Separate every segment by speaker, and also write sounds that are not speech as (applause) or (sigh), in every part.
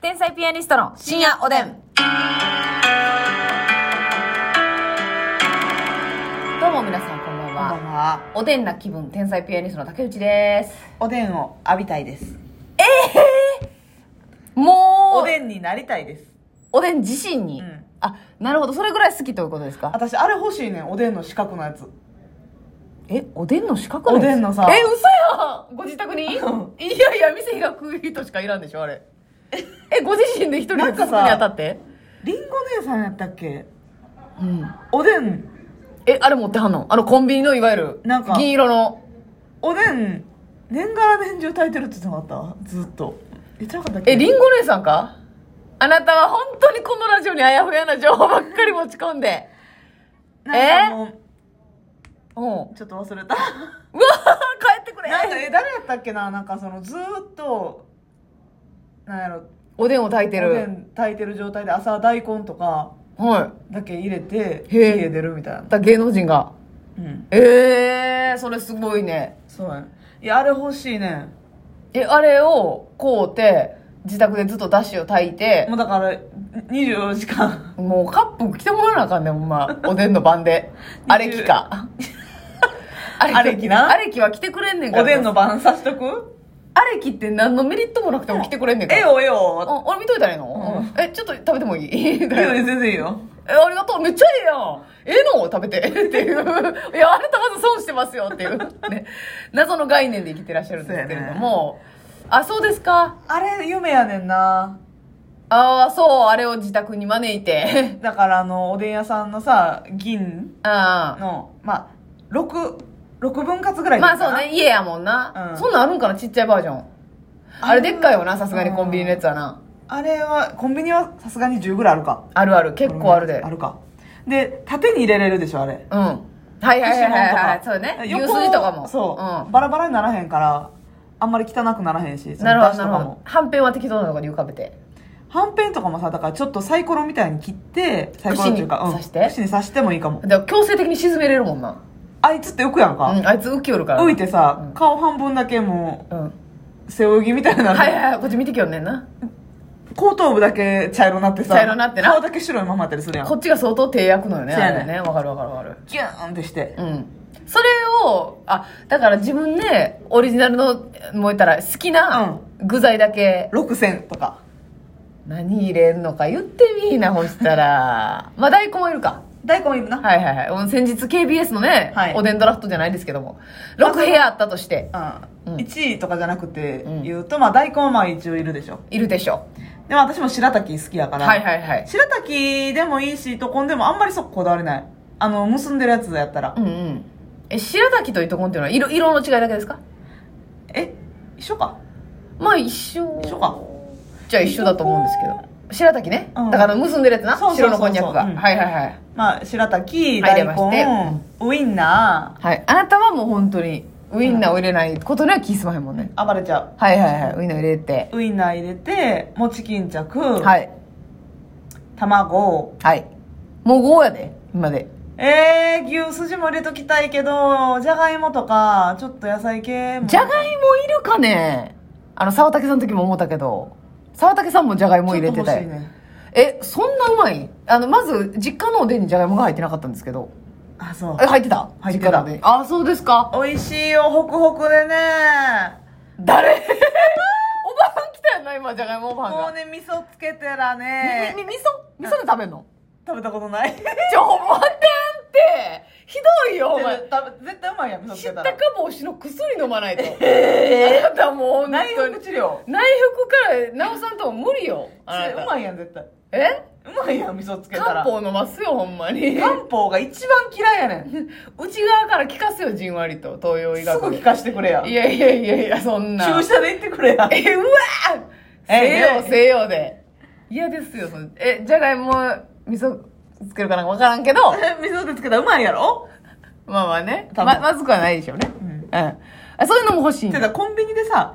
Speaker 1: 天才ピアニストの深夜おでん。どうも皆さんこんばん
Speaker 2: こんばん
Speaker 1: は。
Speaker 2: は。
Speaker 1: おでんな気分、天才ピアニストの竹内です。
Speaker 2: おでんを浴びたいです。
Speaker 1: もう、
Speaker 2: おでんになりたいです。
Speaker 1: おでん自身に、
Speaker 2: うん
Speaker 1: あ、なるほど。それぐらい好きということですか
Speaker 2: 私、あれ欲しいねん。おでんの四角のやつ。
Speaker 1: え、おでんの資格なんです
Speaker 2: おでんのさ
Speaker 1: え、嘘やんご自宅にいやいや、店開く人しかいらんでしょ、あれ。 (laughs) え、ご自身で一人で
Speaker 2: なん
Speaker 1: 作
Speaker 2: かさ
Speaker 1: るにあたって
Speaker 2: りんご姉さんやったっけ
Speaker 1: うん。
Speaker 2: おでん、
Speaker 1: え、あれ持ってはんのあのコンビニのいわゆる、
Speaker 2: なんか
Speaker 1: 銀色の。
Speaker 2: おでん、年がら年中炊いてるって言ってなかったずっと。言ってなかったっけ
Speaker 1: え、りんご姉さんかあなたは本当にこのラジオにあやふやな情報ばっかり持ち込んで。
Speaker 2: なんかも
Speaker 1: うん。うわ
Speaker 2: う、ちょっと忘
Speaker 1: (laughs)
Speaker 2: れた。
Speaker 1: ー帰ってくれ
Speaker 2: なんか、え、誰やったっけななんかその、ずーっと、なんやろ、
Speaker 1: おでんを炊い
Speaker 2: お
Speaker 1: て
Speaker 2: で
Speaker 1: る。
Speaker 2: ん炊いてる状態で朝大根とか
Speaker 1: は
Speaker 2: だけ入れて、
Speaker 1: へえ。。
Speaker 2: 家出るみたいない
Speaker 1: だ芸能人が。
Speaker 2: うん。
Speaker 1: ええー、それすごいね。
Speaker 2: そうやん。いや、あれ欲しいねん。
Speaker 1: え、あれを買うて、自宅でずっとだしを炊いて
Speaker 2: も、うだから、24時間。
Speaker 1: もうカップ来てもらわなあかんねん、ほんま。おでんの晩
Speaker 2: (laughs)
Speaker 1: で。あれきか。
Speaker 2: あれきな
Speaker 1: あれきは来てくれんねんから。
Speaker 2: おでんの晩さしとく
Speaker 1: あれきって何のメリットもなくても来てくれんねんから。
Speaker 2: ええよええよ。
Speaker 1: あ、俺見といたらいいの、
Speaker 2: う
Speaker 1: え、ちょっと食べてもいいみ
Speaker 2: いい
Speaker 1: たい
Speaker 2: よ
Speaker 1: な
Speaker 2: ね、全然いいよ。
Speaker 1: (laughs) え、ありがとう。めっちゃええやん。ええの食べて。っていう。いや、あなたまず損してますよっていう。ね。謎の概念で生きてらっしゃるんですけれども。あ、そうですか。
Speaker 2: あれ、夢やねんな。
Speaker 1: ああ、そう。あれを自宅に招いて。 (laughs)
Speaker 2: だから、あの、おでん屋さんのさ、銀
Speaker 1: あ
Speaker 2: の、まあ、六六分割ぐら
Speaker 1: あ。
Speaker 2: い
Speaker 1: まあそう。ね。家やもんな。
Speaker 2: うん
Speaker 1: そんなんあるんかなちっちゃいバージョン。あれでっかいよな。さすがにコンビニのやつはな。
Speaker 2: あれは、コンビニはさすがに10ぐらいあるか。
Speaker 1: あるある。結構あるで
Speaker 2: あ。るか。で、縦に入れれるでしょ、あれ。
Speaker 1: うん。はいはいはいはいはい。そうね。
Speaker 2: 横
Speaker 1: 牛すじとかも。
Speaker 2: そう、
Speaker 1: うん。
Speaker 2: バラバラにならへんから、あんまり汚くならへんし、その
Speaker 1: なるほ
Speaker 2: 出
Speaker 1: ど、
Speaker 2: 汁
Speaker 1: なる
Speaker 2: とか
Speaker 1: ほ
Speaker 2: も
Speaker 1: ど。はんぺんは適当なところに浮かべて。
Speaker 2: はんぺんとかもさだからちょっとサイコロみたいに切ってサイコロっていうか
Speaker 1: 串に刺して
Speaker 2: うん、串に刺してもいいかも
Speaker 1: でも強制的に沈めれるもんな。
Speaker 2: あいつって浮くやん
Speaker 1: う
Speaker 2: か、
Speaker 1: ん、あいつ浮きよるから。
Speaker 2: 浮いてさ、
Speaker 1: うん
Speaker 2: 顔半分だけも
Speaker 1: うん。は
Speaker 2: う背泳ぎみたいな、
Speaker 1: いはいはい、こっち見てきよんねんな。
Speaker 2: 後頭部だけ茶色になってさ
Speaker 1: 茶色になってな
Speaker 2: 顔だけ白いままやったりするやん
Speaker 1: こっちが相当手焼くのよね。
Speaker 2: そうやね
Speaker 1: あれね。わかるわかるわかる。
Speaker 2: ギューンってして、
Speaker 1: うん。それを、あ、だから自分で、オリジナルの、燃えたら、好きな具材だけ、
Speaker 2: 6000とか
Speaker 1: 何入れんのか言ってみーな、ほしたら。 (laughs) まあ、大根はいるか。
Speaker 2: 大根いるな、
Speaker 1: はいはいはいうん。先日 KBS のね、
Speaker 2: はい
Speaker 1: おでんドラフトじゃないですけども、6部屋あったとして、
Speaker 2: う、
Speaker 1: うんん
Speaker 2: 1位とかじゃなくて
Speaker 1: うん
Speaker 2: 言うと、まあ大根はまあ一応いるでしょ
Speaker 1: いるでしょ
Speaker 2: でも私も白滝好きやから、
Speaker 1: はいはいはい。
Speaker 2: 白滝でもいいしとこんでもあんまりそここだわれないあの結んでるやつやったら
Speaker 1: うんうん。え、白滝と糸こんっていうのは色、色の違いだけですか
Speaker 2: え一緒か
Speaker 1: まあ一緒。
Speaker 2: 一緒か。
Speaker 1: じゃあ一緒だと思うんですけど。白滝ね。
Speaker 2: うん
Speaker 1: だから結んでるやつな。
Speaker 2: そうそうそうそ
Speaker 1: 白の
Speaker 2: う
Speaker 1: こんにゃくが。
Speaker 2: うん
Speaker 1: はいはいはい。
Speaker 2: まあ、白滝、
Speaker 1: 入れ
Speaker 2: 大
Speaker 1: まして
Speaker 2: 根、ウインナ
Speaker 1: はい。あなたはもう本当に、ウインナーを入れないことには気すまへんもんね。
Speaker 2: ー、暴れちゃ
Speaker 1: はいはいはい。ウインナー入れて。
Speaker 2: う。ウインナー入れて、餅巾着、
Speaker 1: はい。
Speaker 2: 卵。
Speaker 1: はい。もう5やで。今で。
Speaker 2: えー、牛すじも入れときたいけど、じゃがいもとか、ちょっと野菜系も。
Speaker 1: じゃがいもいるかねあの、沢竹さんの時も思ったけど、沢竹さんもじゃがいも入れてた
Speaker 2: ちょっと欲しい
Speaker 1: よ。
Speaker 2: ね。
Speaker 1: え、そんなうまいあの、まず、実家のおでんにじゃがいもが入ってなかったんですけど。
Speaker 2: あ、そう
Speaker 1: え、。入ってた
Speaker 2: 入ってた
Speaker 1: 実家のあ、そうですか。
Speaker 2: 美味しいよ、ホクホクでね。
Speaker 1: 誰 (laughs) おばはん来たよな、今、じゃがいもおば
Speaker 2: も
Speaker 1: は
Speaker 2: うん
Speaker 1: が。
Speaker 2: ね、味噌つけてらね
Speaker 1: み、。み、み、味噌味噌で食べんの
Speaker 2: 食べたことない。
Speaker 1: ちょ、おばはんって、ひどいよ、お前。
Speaker 2: 食べ (laughs) 絶対うまいやん、味噌つ
Speaker 1: 知
Speaker 2: け
Speaker 1: ったた
Speaker 2: ら
Speaker 1: か。もしの薬飲まないと。
Speaker 2: (laughs)
Speaker 1: えあなたもう、
Speaker 2: 内
Speaker 1: 本当
Speaker 2: 服
Speaker 1: に
Speaker 2: 治療。
Speaker 1: 内服から、なおさんとは無理よ。あな
Speaker 2: う
Speaker 1: た。
Speaker 2: まいやん、絶対。
Speaker 1: え
Speaker 2: うまいやん、味噌つけた
Speaker 1: 漢
Speaker 2: ら。
Speaker 1: 方飲ますよ、ほんまに。
Speaker 2: 漢方が一番嫌いやねん。
Speaker 1: 内側から効かすよ、じんわりと、東洋医
Speaker 2: (laughs) す
Speaker 1: 学。
Speaker 2: ぐ聞かしてくれや
Speaker 1: い。やいやいやいや、そんな。
Speaker 2: 注射で行ってくれ (laughs) や。
Speaker 1: (laughs) え、うわー西
Speaker 2: え
Speaker 1: 洋、
Speaker 2: ね
Speaker 1: 西洋で。嫌ですよ、そのえ、じゃがいも、味噌つけるかなんかわからんけど、 (laughs)
Speaker 2: 水でつけたらうまいやろ
Speaker 1: まあまあね、
Speaker 2: 多
Speaker 1: ま、
Speaker 2: 分
Speaker 1: まずくはないでしょうね。
Speaker 2: う
Speaker 1: うんん。あそういうのも欲しいん
Speaker 2: て
Speaker 1: だ
Speaker 2: かコンビニでさ、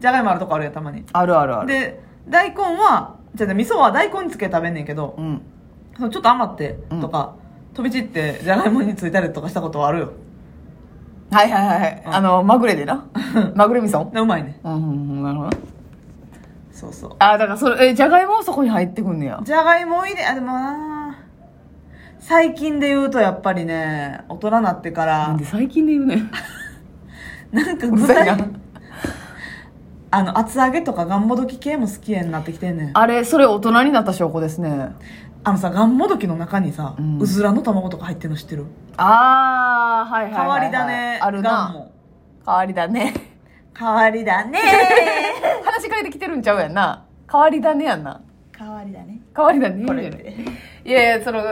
Speaker 2: じゃがいもあるとこあるやん、たまに。
Speaker 1: あるあるある。
Speaker 2: で、大根は、じゃあね味噌は大根につけて食べんねんけど
Speaker 1: う、ん。
Speaker 2: そのちょっと余ってとか、飛び散ってじゃがいもについたりとかしたことはあるよ。
Speaker 1: はいはい (laughs) はいはい。あの、まぐれでな。まぐれ味噌。
Speaker 2: でうまいね。
Speaker 1: うん、うんうん、なるほど。
Speaker 2: そうそう
Speaker 1: あ、だからそれ、え、じゃがいもはそこに入ってくんねや。
Speaker 2: じゃがいもを入れあでもな最近で言うとやっぱりね大人になってか
Speaker 1: なん
Speaker 2: ら
Speaker 1: で最近で言うねん。
Speaker 2: なんか
Speaker 1: う
Speaker 2: 具
Speaker 1: ざい
Speaker 2: 体
Speaker 1: な。
Speaker 2: あの厚揚げとかがんもどき系も好きやになってきてんねんあ
Speaker 1: あれ、それ大人になった証拠ですね。
Speaker 2: のさがんもどきの中にさ、
Speaker 1: う
Speaker 2: うんずらの卵とか入ってるの知ってる
Speaker 1: あー、はいはい
Speaker 2: 変
Speaker 1: はい、
Speaker 2: わ
Speaker 1: はい。
Speaker 2: りだね
Speaker 1: ある
Speaker 2: がん
Speaker 1: な。
Speaker 2: も
Speaker 1: 変わりだね。
Speaker 2: 変わりだね
Speaker 1: 話変えてきてるんちゃうやんな。変わりだねやんな。
Speaker 2: 変わりだね
Speaker 1: (laughs) 変わりだね。
Speaker 2: これ
Speaker 1: いいじゃないいやいや、その、あ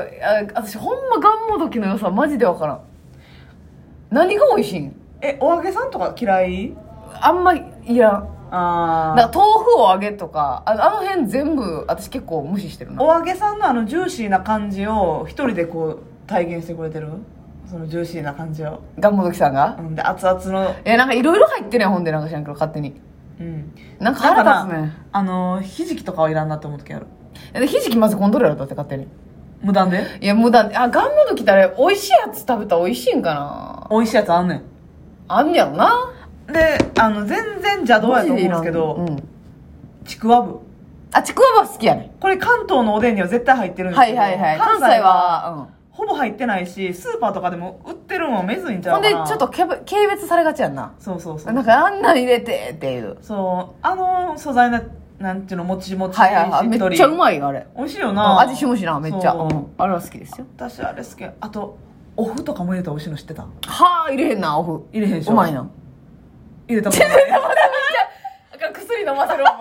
Speaker 1: 私ほんまがんもどきの良さマジでわからん。何が美味しいん
Speaker 2: えお揚げさんとか嫌い
Speaker 1: あんまいらん。
Speaker 2: あ
Speaker 1: なんか豆腐を揚げとか、あのあの辺全部私結構無視してるな。
Speaker 2: お揚げさんのあのジューシーな感じを一人でこう体現してくれてるそのジューシーな感じを
Speaker 1: がんもどきさんが。
Speaker 2: うんで熱々の
Speaker 1: え、なんかいろいろ入ってるやん、ほんでなんか知らんけど勝手に。
Speaker 2: うん
Speaker 1: なんか
Speaker 2: だ
Speaker 1: 腹
Speaker 2: から
Speaker 1: 立つね。
Speaker 2: あのひじきとかはいらんなって思う時ある
Speaker 1: えでひじきまずコントロールだって勝手に。
Speaker 2: 無断で
Speaker 1: いや、無駄。あ、ガンモドキってあれ、美味しいやつ食べたら美味しいんかな
Speaker 2: 美味しいやつあんねん
Speaker 1: あんねやろな。
Speaker 2: であの全然邪道やと思うんですけど、
Speaker 1: マジでいらんうん。
Speaker 2: ちくわぶ
Speaker 1: あ、ちくわは好きやね。
Speaker 2: これ関東のおでんには絶対入ってるんです
Speaker 1: は
Speaker 2: け
Speaker 1: い
Speaker 2: ど、
Speaker 1: はいはい。関西は、
Speaker 2: ほぼ入ってないしスーパーとかでも売ってるのは珍しいんち
Speaker 1: うん。ほ
Speaker 2: ゃ
Speaker 1: ん
Speaker 2: う
Speaker 1: で、
Speaker 2: か
Speaker 1: ち
Speaker 2: な
Speaker 1: ょっとけぶ軽蔑されがちやんな。
Speaker 2: そうそうそう
Speaker 1: なんかあんなん入れてっていう。
Speaker 2: そうあの素材ななんていうのもちもちし
Speaker 1: はいはいはい。
Speaker 2: っと
Speaker 1: めっ
Speaker 2: り
Speaker 1: ちゃうまいよ、あれ。
Speaker 2: 美味しいよ
Speaker 1: うん
Speaker 2: な
Speaker 1: 味しもしな、めっちゃ。
Speaker 2: そう
Speaker 1: うん。あれは好きですよ。
Speaker 2: 私あれ好きあとお麩とかも入れたら美味しいの知ってた
Speaker 1: はあ、入れへんな、オフ。
Speaker 2: 入れへんでしょ
Speaker 1: うまいな。
Speaker 2: 入れたこ
Speaker 1: (laughs)
Speaker 2: とない
Speaker 1: あかん薬飲ませろ、もう。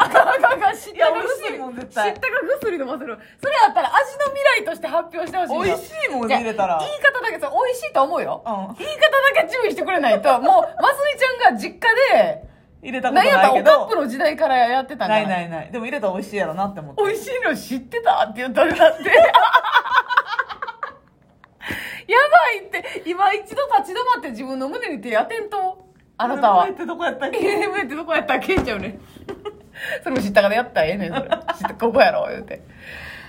Speaker 1: あかんあかんあかん知った
Speaker 2: いや
Speaker 1: か
Speaker 2: 美味しいもん絶対
Speaker 1: 知ったか薬飲ませろ。それやったら味の未来として発表してほしいんだ
Speaker 2: 美
Speaker 1: よ。
Speaker 2: 味しいもん入れたら
Speaker 1: 言い方だけさ、美味しいと思うよ。
Speaker 2: うん
Speaker 1: 言い方だけ注意してくれないと、もう、ますみちゃんが実家で、
Speaker 2: 入れたこ
Speaker 1: (laughs)
Speaker 2: と
Speaker 1: なんやっ
Speaker 2: な
Speaker 1: たら
Speaker 2: いけ
Speaker 1: おカッ
Speaker 2: ど
Speaker 1: プの時代からやってたん
Speaker 2: ない
Speaker 1: い。
Speaker 2: ないないでも入れたら美味しいやろなって思って
Speaker 1: 美味しいの知ってたって言ったらだって。や (laughs) ばいって、今一度立ち止まって自分の胸に手当てんと、あなたは
Speaker 2: (laughs) これ。ってどこやったっけ
Speaker 1: AMA ってどこやったっけんちゃうねん (laughs) それも知ったからやったらええねんそれ知ったここやろ言うて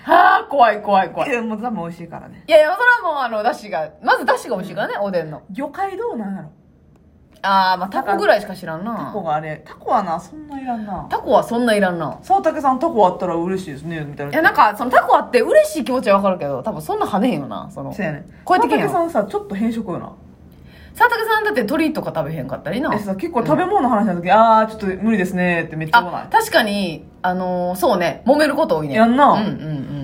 Speaker 1: はあ怖い怖い怖い
Speaker 2: いやもう多分美味しいからね
Speaker 1: いやいやそれはもうあのだしがまずだしが美味しいからね、おでんの
Speaker 2: 魚介どうなんやろ
Speaker 1: ああまあタコぐらいしか知らん
Speaker 2: タコ
Speaker 1: な
Speaker 2: があれタコはなそんないらんな
Speaker 1: タコはそんないらんな
Speaker 2: そうたけさんタコあったら嬉しいですねみたいない
Speaker 1: やなんかそのタコあって嬉しい気持ちはわかるけど多分そんな跳ねへんよなその
Speaker 2: そうやね
Speaker 1: こうやってけん
Speaker 2: け
Speaker 1: や
Speaker 2: さ
Speaker 1: ろ
Speaker 2: んさちょっと変色よな
Speaker 1: 佐竹さんだって鳥とか食べへんかったりな
Speaker 2: えさ結構食べ物の話の時、ああちょっと無理ですねってめっちゃ言わ
Speaker 1: あ
Speaker 2: な
Speaker 1: 確かにあのーそうね揉めること多いね
Speaker 2: いやんな、
Speaker 1: うんうんう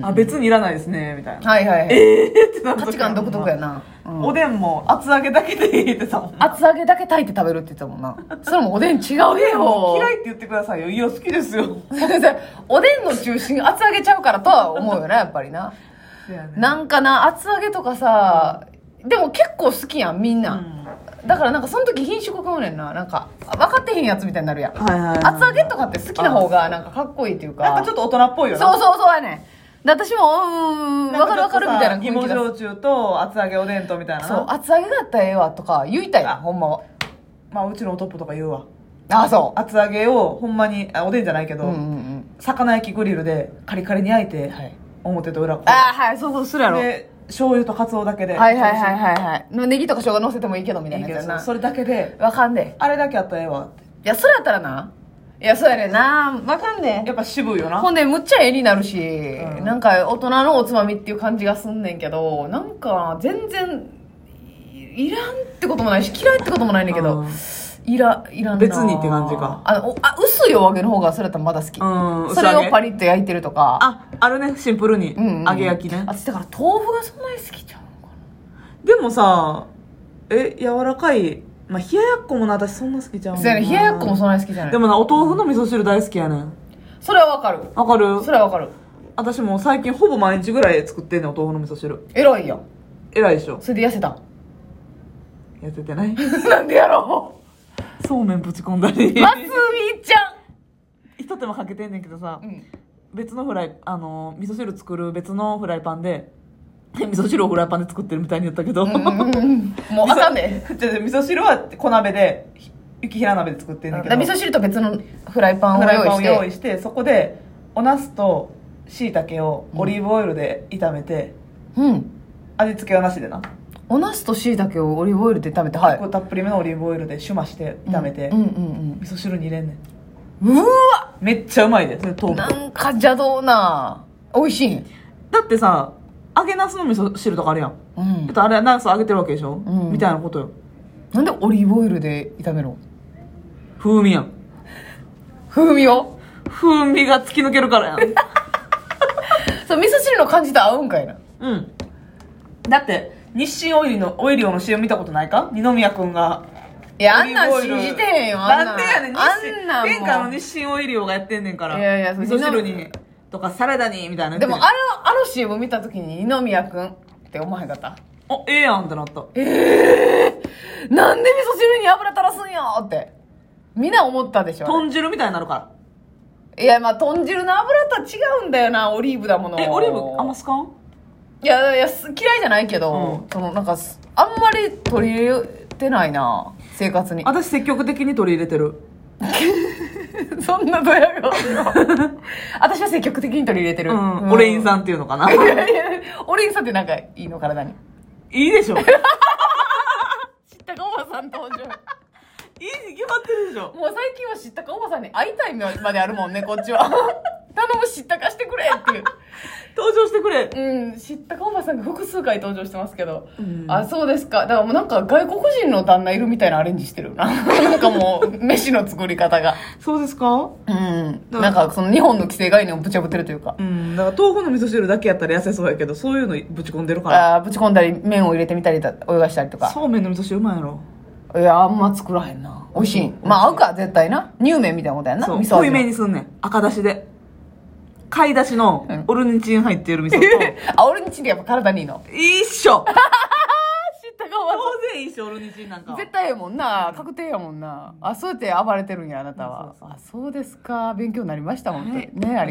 Speaker 1: ん
Speaker 2: あ別にいらないですねみたいな
Speaker 1: はいはいはい
Speaker 2: えってなる時
Speaker 1: 価値観独特やな、うん
Speaker 2: おでんも厚揚げだけでいいってさ
Speaker 1: 厚揚げだけ炊いて食べるって言ってたもんな。それもおでん違うよ。 (laughs)
Speaker 2: もう嫌いって言ってくださいよいや好きですよ
Speaker 1: おでんの中心厚揚げちゃうからとは思うよな、やっぱりな。なんかな、厚揚げとかさ、でも結構好きやん、みん
Speaker 2: う
Speaker 1: な。
Speaker 2: ん
Speaker 1: だからなんかその時品種食うねんな。なんか、分かってへんやつみたいになるやん。
Speaker 2: はいはいはい
Speaker 1: 厚揚げとかって好きな方がなんかかっこいいっていうか。
Speaker 2: なんかちょっと大人っぽいよな
Speaker 1: そうそうそうやねん。で私も、うーん、わかるわかるみたいな
Speaker 2: 芋
Speaker 1: 雰囲気が
Speaker 2: 焼酎と厚揚げおでんとみたいな
Speaker 1: そう、厚揚げがあったらええわとか言いたいな、ほんまは。
Speaker 2: まあうちのおとっぽとか言うわ
Speaker 1: あ、そ
Speaker 2: 厚揚げをほんまにあおでんじゃないけ
Speaker 1: う。
Speaker 2: ど、
Speaker 1: うんうん
Speaker 2: 魚焼きグリルでカリカリに焼いて、
Speaker 1: うん。はい。
Speaker 2: 表と裏こう
Speaker 1: ああ、はい、そうそう、するやろ。
Speaker 2: で醤油とカツオだけで
Speaker 1: はいはいはいはいはいのネギとか生姜乗せてもいいけどみたい
Speaker 2: いい
Speaker 1: な
Speaker 2: け
Speaker 1: やつ
Speaker 2: ど
Speaker 1: や
Speaker 2: そ
Speaker 1: な
Speaker 2: れだけで
Speaker 1: わかんね
Speaker 2: あれだけあったらええわって
Speaker 1: えいやそれやったらないやそうやねんなわかんね
Speaker 2: やっぱ渋いよ
Speaker 1: え
Speaker 2: な
Speaker 1: ほんでむっちゃ絵になるし、
Speaker 2: ん
Speaker 1: なんか大人のおつまみっていう感じがすんねんけどなんか全然いいらんってこともないし嫌いってこともないねんけど、
Speaker 2: うん
Speaker 1: いらいらんな
Speaker 2: 別にって感じか
Speaker 1: あおあ薄いお揚げの方がそれやったらまだ好き、
Speaker 2: うん
Speaker 1: それ
Speaker 2: 薄揚
Speaker 1: を
Speaker 2: げ
Speaker 1: パリッと焼いてるとか
Speaker 2: ああるねシンプルに、
Speaker 1: うんうん
Speaker 2: 揚げ焼きね
Speaker 1: 私だから豆腐がそんなに好きじゃん
Speaker 2: でもさえ柔らかいまあ冷ややっこもな私そんな好きじゃん
Speaker 1: そうやね冷ややっこもそんなに好きじゃない
Speaker 2: でもなお豆腐の味噌汁大好きやねん
Speaker 1: それはわかる
Speaker 2: わかる
Speaker 1: それはわかる
Speaker 2: 私もう最近ほぼ毎日ぐらい作ってんねんお豆腐の味噌汁
Speaker 1: 偉いやん
Speaker 2: 偉いでしょ
Speaker 1: それで痩せた
Speaker 2: やって (laughs) てな
Speaker 1: (laughs)
Speaker 2: い
Speaker 1: なんでやろ
Speaker 2: そうめんぶち込んだり
Speaker 1: う (laughs) ますみちゃ
Speaker 2: (laughs) 一手間かけてんねんけど
Speaker 1: ん、
Speaker 2: さ (laughs)
Speaker 1: うん、
Speaker 2: 別のフライあの味噌汁作る別のフライパンで (laughs) 味噌汁をフライパンで作ってるみたいに言ったけど、 (laughs)
Speaker 1: もうあかんね
Speaker 2: じゃあ味噌汁は小鍋でひ雪平鍋で作ってんねんけど
Speaker 1: だ味噌汁と別のフライパンを
Speaker 2: フライパン
Speaker 1: 用
Speaker 2: を
Speaker 1: 意
Speaker 2: 用意
Speaker 1: して
Speaker 2: してそこでお茄子と椎茸をオリーブオイルで炒めて、
Speaker 1: うん
Speaker 2: 味付けはなしでな、
Speaker 1: お茄子と椎茸をオリーブオイルで炒めてはい
Speaker 2: こうたっぷりめのオリーブオイルでシュマして炒めて、
Speaker 1: うんうん
Speaker 2: 味噌汁に入れんねん
Speaker 1: うんうーわ
Speaker 2: めっちゃうまいでそれ豆腐
Speaker 1: な
Speaker 2: だ
Speaker 1: んか邪道な美味しいん
Speaker 2: ってさ揚げなすの味噌汁とかあるやん
Speaker 1: うん
Speaker 2: だってあれナス揚げてるわけでしょ、
Speaker 1: うん
Speaker 2: みたいなことよ
Speaker 1: なんでオリーブオイルで炒めろ
Speaker 2: 風味やん
Speaker 1: 風味を
Speaker 2: 風味が突き抜けるからやん
Speaker 1: (laughs) そう味噌汁の感じと合うんかいな
Speaker 2: うんだって日清オイルのオイリオの CM 見たことないか二宮君が
Speaker 1: いやあんな
Speaker 2: オ
Speaker 1: ん
Speaker 2: リーブオイル
Speaker 1: 信じてへんよあん
Speaker 2: な
Speaker 1: なん
Speaker 2: でやねん日
Speaker 1: あんなん
Speaker 2: 清天下の
Speaker 1: もう
Speaker 2: 日清オイリオがやってんねんから
Speaker 1: いやいやそう
Speaker 2: 味噌汁にとかサラダにみたいな
Speaker 1: でもあ
Speaker 2: れ
Speaker 1: のあの CM 見た時に二宮君って思わへんかった
Speaker 2: おええやんってなった
Speaker 1: なんで味噌汁に油垂らすんよってみんな思ったでしょ
Speaker 2: 豚汁みたいになるか
Speaker 1: いやまあ豚汁の油とは違うんだよなオリーブだもの
Speaker 2: らえオリーブあんま好かん
Speaker 1: いやいやす嫌いじゃないけど、
Speaker 2: うん
Speaker 1: そのなんかすあんまり取り入れてないな生活に
Speaker 2: 私積極的に取り入れてる
Speaker 1: (laughs) そんなドヤ顔
Speaker 2: (laughs)
Speaker 1: 私は積極的に取り入れてる、
Speaker 2: うん、オレイン
Speaker 1: ん
Speaker 2: さんっていうのか
Speaker 1: (laughs)
Speaker 2: な
Speaker 1: い
Speaker 2: い
Speaker 1: やいやオレインさんってなんかいいの体に
Speaker 2: いでしょいい
Speaker 1: 知ったかおばさん登場
Speaker 2: に決まってるでしょ
Speaker 1: もう最近は知ったかおばさんに会いたいまであるもんねこっちは (laughs) 頼む知ったかしてくれっていう
Speaker 2: 登場してくれ
Speaker 1: うん、知ったかおばさんが複数回登場してますけど、
Speaker 2: うん
Speaker 1: あそうですかだからもうなんか外国人の旦那いるみたいなアレンジしてるよな (laughs) なんかもう飯の作り方が
Speaker 2: そうですか
Speaker 1: うん
Speaker 2: うん
Speaker 1: なんかその日本の規制概念をぶち破ってるというか、
Speaker 2: うんだから豆腐の味噌汁だけやったら痩せそうやけどそういうのぶち込んでるから
Speaker 1: あーぶち込んだり麺を入れてみたりだ泳がしたりとか
Speaker 2: そうめんの味噌汁うまいやろ
Speaker 1: いやあんま作らへんな美味しいまあ合うか絶対な乳麺みたいなことやんな
Speaker 2: そう
Speaker 1: 味噌
Speaker 2: 濃
Speaker 1: 味
Speaker 2: い
Speaker 1: の
Speaker 2: めにすんねん赤だしで貝だしの
Speaker 1: うん
Speaker 2: オルニチン入ってる味噌
Speaker 1: (laughs) あ俺んちでやっぱ体にいいの
Speaker 2: と一緒
Speaker 1: 知ったかおば
Speaker 2: (laughs) 当然一緒オルニチンなんかは
Speaker 1: 絶対やもんな確定やもんなあそうやって暴れてるんやあなたは
Speaker 2: そうそう
Speaker 1: あそうですか勉強になりましたもん
Speaker 2: はい
Speaker 1: ねあり